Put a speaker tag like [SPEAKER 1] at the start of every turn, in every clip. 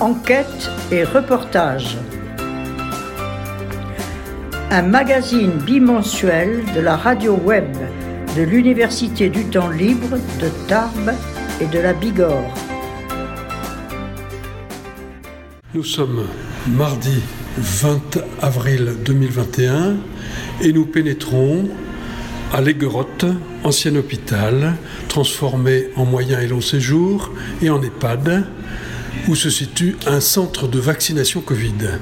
[SPEAKER 1] enquêtes et reportages. Un magazine bimensuel de la radio web de l'Université du temps libre de Tarbes et de la Bigorre.
[SPEAKER 2] Nous sommes mardi 20 avril 2021 et nous pénétrons à l'Aiguerotte, ancien hôpital, transformé en moyen et long séjour et en EHPAD, où se situe un centre de vaccination Covid.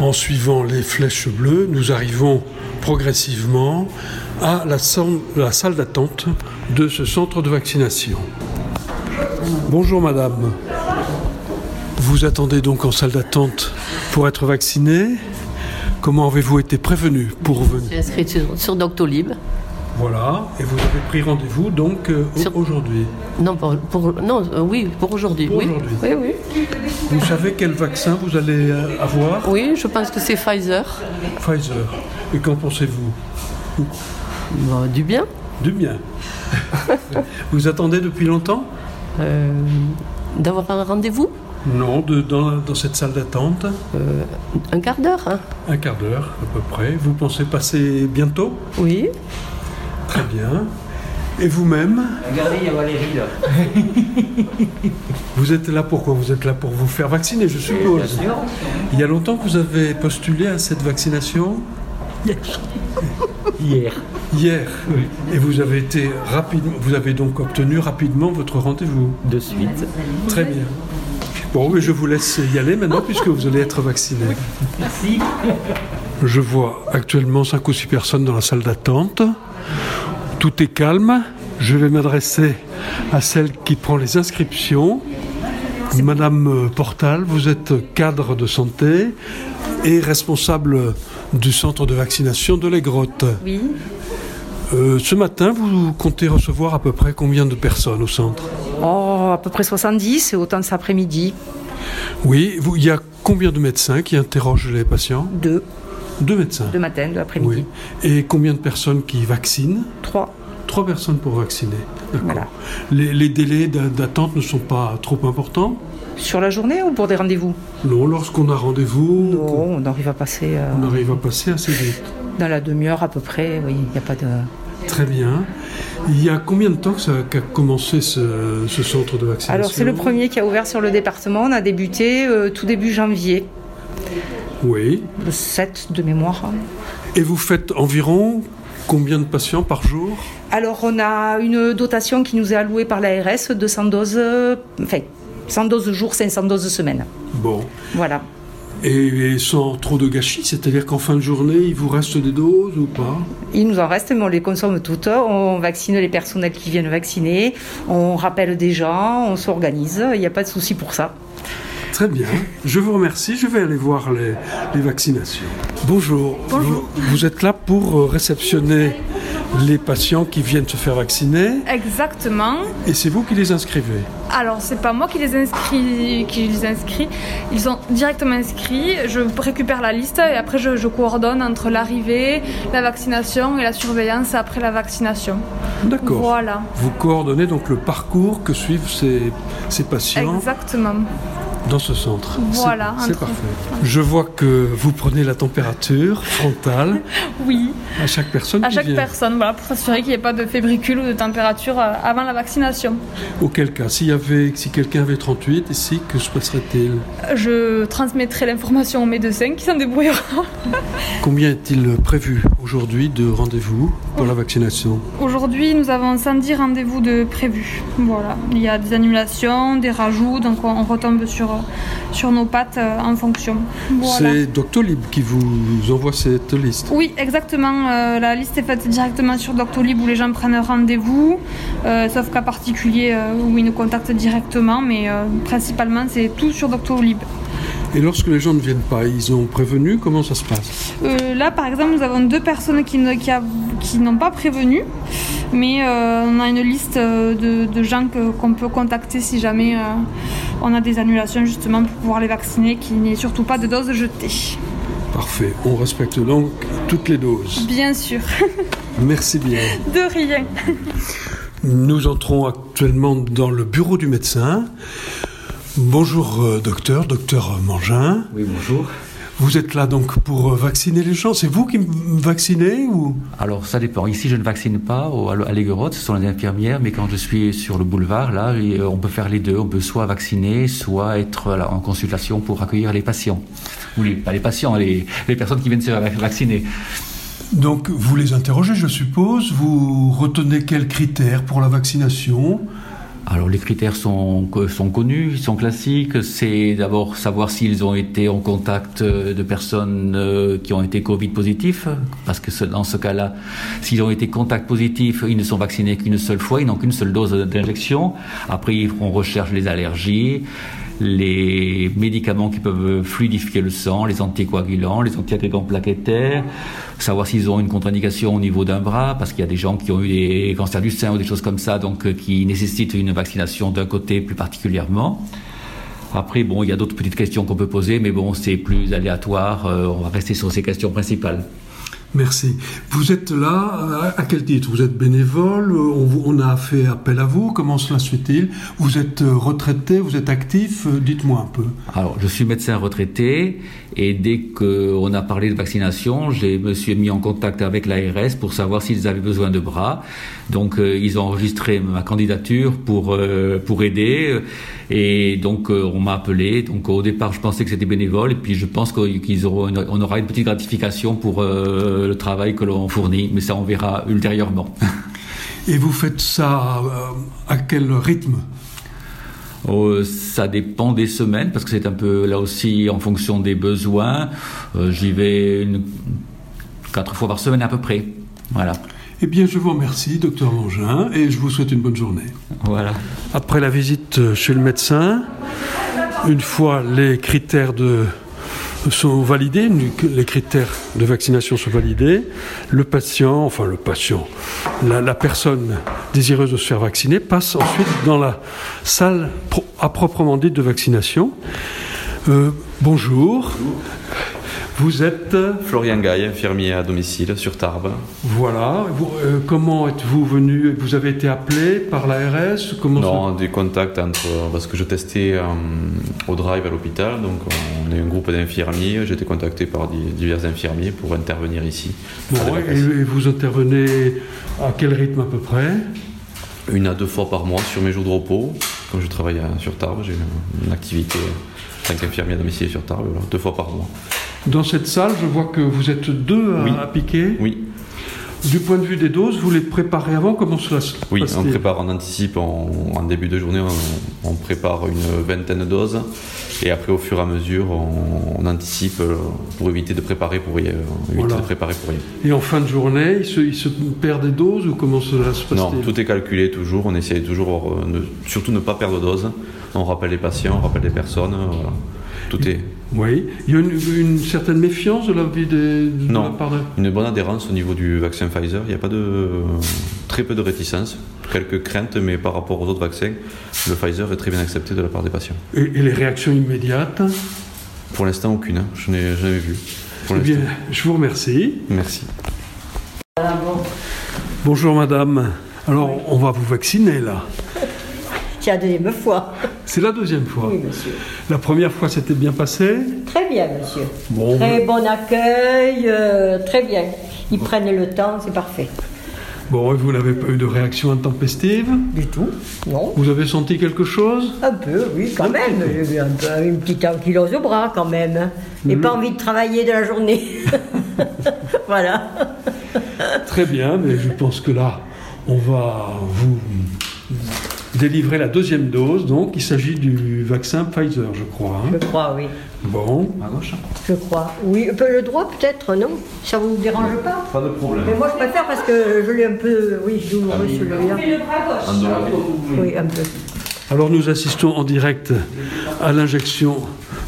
[SPEAKER 2] En suivant les flèches bleues, nous arrivons progressivement à la salle, la salle d'attente de ce centre de vaccination. Bonjour madame. Vous attendez donc en salle d'attente pour être vacciné. Comment avez-vous été prévenu pour
[SPEAKER 3] Je
[SPEAKER 2] venir
[SPEAKER 3] suis inscrite sur, sur Doctolib.
[SPEAKER 2] Voilà, et vous avez pris rendez-vous donc euh, au-
[SPEAKER 3] Sur-
[SPEAKER 2] aujourd'hui.
[SPEAKER 3] Non, pour, pour- non euh, oui, pour aujourd'hui.
[SPEAKER 2] Pour
[SPEAKER 3] oui.
[SPEAKER 2] aujourd'hui.
[SPEAKER 3] oui, oui.
[SPEAKER 2] Vous savez quel vaccin vous allez euh, avoir
[SPEAKER 3] Oui, je pense que c'est Pfizer.
[SPEAKER 2] Pfizer. Et qu'en pensez-vous
[SPEAKER 3] Bon, Bah, du bien.
[SPEAKER 2] Du bien. vous attendez depuis longtemps
[SPEAKER 3] Euh, D'avoir un rendez-vous
[SPEAKER 2] Non, de- dans, dans cette salle d'attente,
[SPEAKER 3] Un quart d'heure hein.
[SPEAKER 2] un quart d'heure à peu près. Vous pensez passer bientôt
[SPEAKER 3] Oui.
[SPEAKER 2] Très bien. Et vous-même
[SPEAKER 4] Regardez, il y a Valérie là.
[SPEAKER 2] Vous êtes là pourquoi Vous êtes là pour vous faire vacciner, je suppose. Il y a longtemps que vous avez postulé à cette vaccination
[SPEAKER 4] Hier.
[SPEAKER 2] Hier. Et vous avez été rapidement, vous avez donc obtenu rapidement votre rendez-vous.
[SPEAKER 4] De suite.
[SPEAKER 2] Très bien. Bon, oui, je vous laisse y aller maintenant puisque vous allez être vacciné.
[SPEAKER 4] Merci.
[SPEAKER 2] Je vois actuellement 5 ou 6 personnes dans la salle d'attente. Tout est calme. Je vais m'adresser à celle qui prend les inscriptions. Madame euh, Portal, vous êtes cadre de santé et responsable du centre de vaccination de Les Grottes.
[SPEAKER 5] Oui,
[SPEAKER 2] Euh, ce matin, vous comptez recevoir à peu près combien de personnes au centre
[SPEAKER 5] oh, à peu près 70 et autant de cet après-midi.
[SPEAKER 2] Oui, vous- il y a combien de médecins qui interrogent les patients
[SPEAKER 5] Deux,
[SPEAKER 2] Deux médecins.
[SPEAKER 5] de matin, de l'après-midi.
[SPEAKER 2] Oui. Et combien de personnes qui vaccinent
[SPEAKER 5] Trois,
[SPEAKER 2] Trois personnes pour vacciner. D'accord.
[SPEAKER 5] Voilà.
[SPEAKER 2] Les, les délais d'a- d'attente ne sont pas trop importants
[SPEAKER 5] sur la journée ou pour des rendez-vous
[SPEAKER 2] Non, lorsqu'on a rendez-vous,
[SPEAKER 5] Non,
[SPEAKER 2] qu'on-
[SPEAKER 5] on arrive à passer euh,
[SPEAKER 2] on arrive à passer assez vite.
[SPEAKER 5] dans la demi-heure à peu près. Oui, il n'y a pas de.
[SPEAKER 2] Très bien. Il y a combien de temps que ça- qu'a commencé ce, ce centre de vaccination
[SPEAKER 5] Alors, c'est le premier qui a ouvert sur le département. On a débuté euh, tout début janvier,
[SPEAKER 2] Oui.
[SPEAKER 5] le 7 de mémoire.
[SPEAKER 2] Et vous faites environ combien de patients par jour
[SPEAKER 5] Alors, on a une dotation qui nous est allouée par l'ARS, 200 doses, euh, enfin, 100 doses jour, 500 doses semaine.
[SPEAKER 2] Bon.
[SPEAKER 5] Voilà.
[SPEAKER 2] Et, et sans trop de gâchis, c'est-à-dire qu'en fin de journée, il vous reste des doses ou pas
[SPEAKER 5] Il nous en reste, mais on les consomme toutes. On vaccine les personnels qui viennent vacciner, on rappelle des gens, on s'organise. Il n'y a pas de souci pour ça.
[SPEAKER 2] Très bien. Je vous remercie. Je vais aller voir les, les vaccinations. Bonjour. Vous, vous êtes là pour euh, réceptionner les patients qui viennent se faire vacciner
[SPEAKER 6] Exactement.
[SPEAKER 2] et c'est vous qui les inscrivez.
[SPEAKER 6] Alors, c'est pas moi qui les inscris, qui les inscris. Ils sont directement inscrits. Je récupère la liste et après, je, je coordonne entre l'arrivée, la vaccination et la surveillance après la vaccination.
[SPEAKER 2] D'accord.
[SPEAKER 6] Voilà.
[SPEAKER 2] Vous coordonnez donc le parcours que suivent ces, ces patients
[SPEAKER 6] Exactement.
[SPEAKER 2] dans ce centre. C'est-
[SPEAKER 6] Voilà, un
[SPEAKER 2] C'est
[SPEAKER 6] truc.
[SPEAKER 2] parfait. Je vois que vous prenez la température frontale
[SPEAKER 6] Oui.
[SPEAKER 2] à chaque personne
[SPEAKER 6] À
[SPEAKER 2] qui
[SPEAKER 6] chaque
[SPEAKER 2] vient.
[SPEAKER 6] personne, voilà, pour s'assurer qu'il n'y ait pas de fébricule ou de température euh, avant la vaccination.
[SPEAKER 2] Auquel cas, s'il y avait, si quelqu'un avait 38 ici, que se passerait-il
[SPEAKER 6] Je transmettrai l'information au médecin qui s'en débrouillera.
[SPEAKER 2] Combien est-il prévu aujourd'hui de rendez-vous pour la vaccination
[SPEAKER 6] Aujourd'hui, nous avons 110 rendez-vous de prévus. Voilà. Il y a des annulations, des rajouts, donc on, on retombe sur, euh, sur nos pattes euh, en fonction. Voilà.
[SPEAKER 2] C'est Doctolib qui vous envoie cette liste.
[SPEAKER 6] Oui, exactement. euh, la liste est faite directement sur Doctolib où les gens prennent rendez-vous, euh, sauf cas particulier euh, où ils nous contactent directement, mais euh, principalement c'est tout sur Doctolib.
[SPEAKER 2] Et lorsque les gens ne viennent pas, ils ont prévenu comment ça se passe
[SPEAKER 6] Euh, là, par exemple, nous avons deux personnes qui, ne- qui a- qui n'ont pas prévenu, mais euh, on a une liste euh, de, de gens que- qu'on peut contacter si jamais euh, on a des annulations, justement, pour pouvoir les vacciner, qu'il n'y ait surtout pas de doses jetées.
[SPEAKER 2] Parfait, on respecte donc toutes les doses.
[SPEAKER 6] Bien sûr,
[SPEAKER 2] Merci bien.
[SPEAKER 6] de rien.
[SPEAKER 2] Nous entrons actuellement dans le bureau du médecin Bonjour euh, docteur, docteur Mangin.
[SPEAKER 7] Oui, bonjour.
[SPEAKER 2] Vous êtes là donc pour euh, vacciner les gens. C'est vous qui me vaccinez ou
[SPEAKER 7] Alors, ça dépend. Ici, je ne vaccine pas au- à l'Aiguerotte, ce sont les infirmières, mais quand je suis sur le boulevard, là, et, euh, on peut faire les deux. On peut soit vacciner, soit être euh, là, en consultation pour accueillir les patients. Ou les, pas les patients, les, les personnes qui viennent se va- vacciner.
[SPEAKER 2] Donc vous les interrogez, je suppose. Vous retenez quels critères pour la vaccination
[SPEAKER 7] Alors, les critères sont, co- sont connus, ils sont classiques. C'est d'abord savoir s'ils ont été en contact euh, de personnes euh, qui ont été Covid positifs, parce que ce- dans ce cas-là, s'ils ont été contact positifs, ils ne sont vaccinés qu'une seule fois, ils n'ont qu'une seule dose d'injection. Après, on recherche les allergies, les médicaments qui peuvent fluidifier le sang, les anticoagulants, les antiagrégants plaquettaires, savoir s'ils ont une contre-indication au niveau d'un bras, parce qu'il y a des gens qui ont eu des cancers du sein ou des choses comme ça, donc euh, qui nécessitent une vaccination d'un côté plus particulièrement. Après, bon, il y a d'autres petites questions qu'on peut poser, mais bon, c'est plus aléatoire, euh, on va rester sur ces questions principales.
[SPEAKER 2] Merci. Vous êtes là, euh, à quel titre Vous êtes bénévole, euh, on, vous- on a fait appel à vous, comment cela se fait-il Vous êtes euh, retraité, vous êtes actif, Euh, dites-moi un peu.
[SPEAKER 7] Alors, je suis médecin retraité et dès qu'on a parlé de vaccination, je me suis mis en contact avec l'ARS pour savoir s'ils avaient besoin de bras. Donc, euh, ils ont enregistré ma candidature pour euh, pour aider et donc euh, on m'a appelé. Donc, au départ, je pensais que c'était bénévole et puis je pense qu'au- qu'ils auront une- on aura une petite gratification pour euh, le travail que l'on fournit, mais ça on verra ultérieurement.
[SPEAKER 2] Et vous faites ça euh, à quel rythme
[SPEAKER 7] Euh, ça dépend des semaines parce que c'est un peu là aussi en fonction des besoins. Euh, J'y vais une, quatre fois par semaine à peu près. Voilà.
[SPEAKER 2] Eh bien, je vous remercie, docteur Mangin, et je vous souhaite une bonne journée.
[SPEAKER 7] Voilà.
[SPEAKER 2] Après la visite euh, chez le médecin, une fois les critères de- sont validés, une- les critères de vaccination sont validés, le patient, enfin le patient, la, la personne désireuse de se faire vacciner passe ensuite dans la salle pro- à proprement dite de vaccination. Euh, bonjour. Vous êtes,
[SPEAKER 8] Florian Gaille, infirmier à domicile sur Tarbes.
[SPEAKER 2] voilà, vous- euh, comment êtes-vous venu Vous avez été appelé par l'ARS Comment ça-
[SPEAKER 8] Non, du contact entre. Parce que je testais euh, au drive à l'hôpital, donc on est un groupe d'infirmiers. J'ai été contacté par di- divers infirmiers pour intervenir ici.
[SPEAKER 2] Bon,
[SPEAKER 8] Pour les
[SPEAKER 2] et,
[SPEAKER 8] vacances.
[SPEAKER 2] et vous intervenez à quel rythme à peu près
[SPEAKER 8] Une à deux fois par mois sur mes jours de repos. Quand je travaille à- sur Tarbes, j'ai une, une activité en tant qu'infirmier à domicile sur Tarbes, voilà, deux fois par mois.
[SPEAKER 2] Dans cette salle, je vois que vous êtes deux à,
[SPEAKER 8] Oui.
[SPEAKER 2] à piquer.
[SPEAKER 8] Oui,
[SPEAKER 2] Du point de vue des doses, vous les préparez avant Comment cela se
[SPEAKER 8] oui on
[SPEAKER 2] passe-t-il
[SPEAKER 8] prépare, on anticipe, on- en début de journée, on, on prépare une vingtaine de doses. Et après, au fur et à mesure, on, on anticipe euh, pour éviter de préparer pour rien. euh, éviter
[SPEAKER 2] Voilà.
[SPEAKER 8] de préparer pour rien.
[SPEAKER 2] Et en fin de journée, il se, il se perd des doses ou comment cela se passe
[SPEAKER 8] Non, tout est calculé toujours. On essaye toujours, euh, ne- surtout ne pas perdre de dose. On rappelle les patients, on rappelle les personnes. euh, voilà. Tout est
[SPEAKER 2] Oui. Il y a une, une certaine méfiance de la vie des. de
[SPEAKER 8] Non.
[SPEAKER 2] la part de-
[SPEAKER 8] une bonne adhérence au niveau du vaccin Pfizer. Il n'y a pas de euh, très peu de réticence, quelques craintes, mais par rapport aux autres vaccins, le Pfizer est très bien accepté de la part des patients.
[SPEAKER 2] Et, et les réactions immédiates
[SPEAKER 8] Pour l'instant, aucune. hein. Je n'ai jamais vu. Pour
[SPEAKER 2] Eh bien,
[SPEAKER 8] l'instant.
[SPEAKER 2] je vous remercie.
[SPEAKER 8] Merci.
[SPEAKER 2] Bonjour madame. Alors, on va vous vacciner là.
[SPEAKER 9] C'est la deuxième fois.
[SPEAKER 2] C'est la deuxième fois.
[SPEAKER 9] Oui, monsieur.
[SPEAKER 2] La première fois, c'était bien passé.
[SPEAKER 9] Très bien, monsieur.
[SPEAKER 2] Bon.
[SPEAKER 9] Très bon accueil, euh, très bien. Ils prennent le temps, c'est parfait.
[SPEAKER 2] Bon, et vous n'avez pas eu de réaction intempestive
[SPEAKER 9] Du tout Non
[SPEAKER 2] Vous avez senti quelque chose
[SPEAKER 9] Un peu, oui, quand
[SPEAKER 2] Un petit
[SPEAKER 9] même.
[SPEAKER 2] peu.
[SPEAKER 9] J'ai eu un peu- une petite ankylose au bras, quand même. hein. Et
[SPEAKER 2] Mm.
[SPEAKER 9] pas envie de travailler de la journée. voilà.
[SPEAKER 2] Très bien, mais je pense que là, on va vous délivrer la deuxième dose. Donc, il s'agit du vaccin Pfizer, je crois. hein.
[SPEAKER 9] Je crois, oui.
[SPEAKER 2] Bon,
[SPEAKER 7] À gauche. hein.
[SPEAKER 9] Je crois. Oui, un peu le droit, peut-être, non Ça vous dérange pas
[SPEAKER 8] Pas de problème.
[SPEAKER 9] Mais moi, je préfère parce que je l'ai un peu, oui, douloureux celui-là. Oui, un peu.
[SPEAKER 2] alors nous assistons en direct à l'injection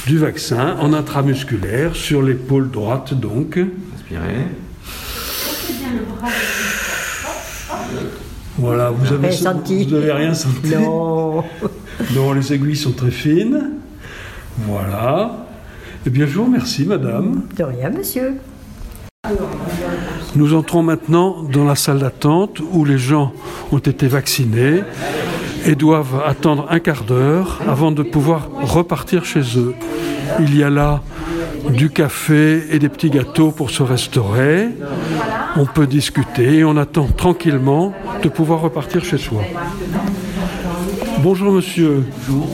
[SPEAKER 2] du vaccin en intramusculaire sur l'épaule droite, donc.
[SPEAKER 8] Respirez.
[SPEAKER 2] Voilà, vous avez
[SPEAKER 9] Rien Eh, senti.
[SPEAKER 2] Vous avez rien senti.
[SPEAKER 9] Non.
[SPEAKER 2] Non, les aiguilles sont très fines. Voilà. Eh bien, je vous remercie, madame.
[SPEAKER 9] De rien, monsieur.
[SPEAKER 2] Nous entrons maintenant dans la salle d'attente où les gens ont été vaccinés et doivent attendre un quart d'heure avant de pouvoir repartir chez eux. Il y a là du café et des petits gâteaux pour se restaurer. On peut discuter et on attend tranquillement de pouvoir repartir chez soi. Bonjour monsieur. Bonjour.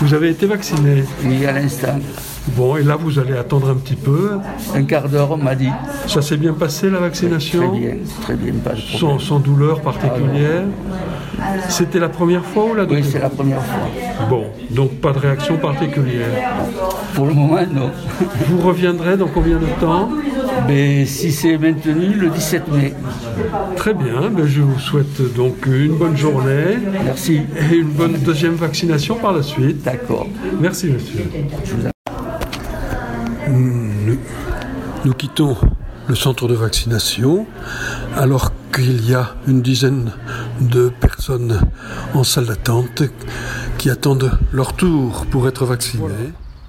[SPEAKER 2] Vous avez été vacciné
[SPEAKER 10] Oui, à l'instant.
[SPEAKER 2] Bon, et là vous allez attendre un petit peu.
[SPEAKER 10] Un quart d'heure, on m'a dit.
[SPEAKER 2] Ça s'est bien passé la
[SPEAKER 10] Très
[SPEAKER 2] vaccination
[SPEAKER 10] bien, très bien, pas de problème.
[SPEAKER 2] sans, sans douleur particulière. C'était la première fois ou la
[SPEAKER 10] Oui,
[SPEAKER 2] deuxième
[SPEAKER 10] c'est la première fois.
[SPEAKER 2] Bon, donc pas de réaction particulière.
[SPEAKER 10] Pour le moment, non.
[SPEAKER 2] Vous reviendrez dans combien de temps
[SPEAKER 10] Mais si c'est maintenu, le 17 mai.
[SPEAKER 2] Très bien, ben je vous souhaite donc une bonne journée
[SPEAKER 10] Merci.
[SPEAKER 2] et une bonne deuxième vaccination par la suite.
[SPEAKER 10] D'accord.
[SPEAKER 2] Merci monsieur. Nous, nous quittons le centre de vaccination alors qu'il y a une dizaine de personnes en salle d'attente qui attendent leur tour pour être vaccinées.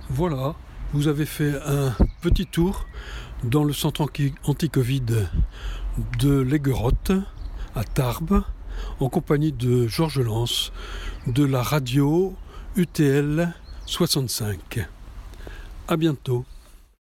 [SPEAKER 2] Voilà, vous avez fait un petit tour dans le centre anti- anti-Covid de Léguerotte à Tarbes en compagnie de Georges Lance de la radio UTL 65. À bientôt.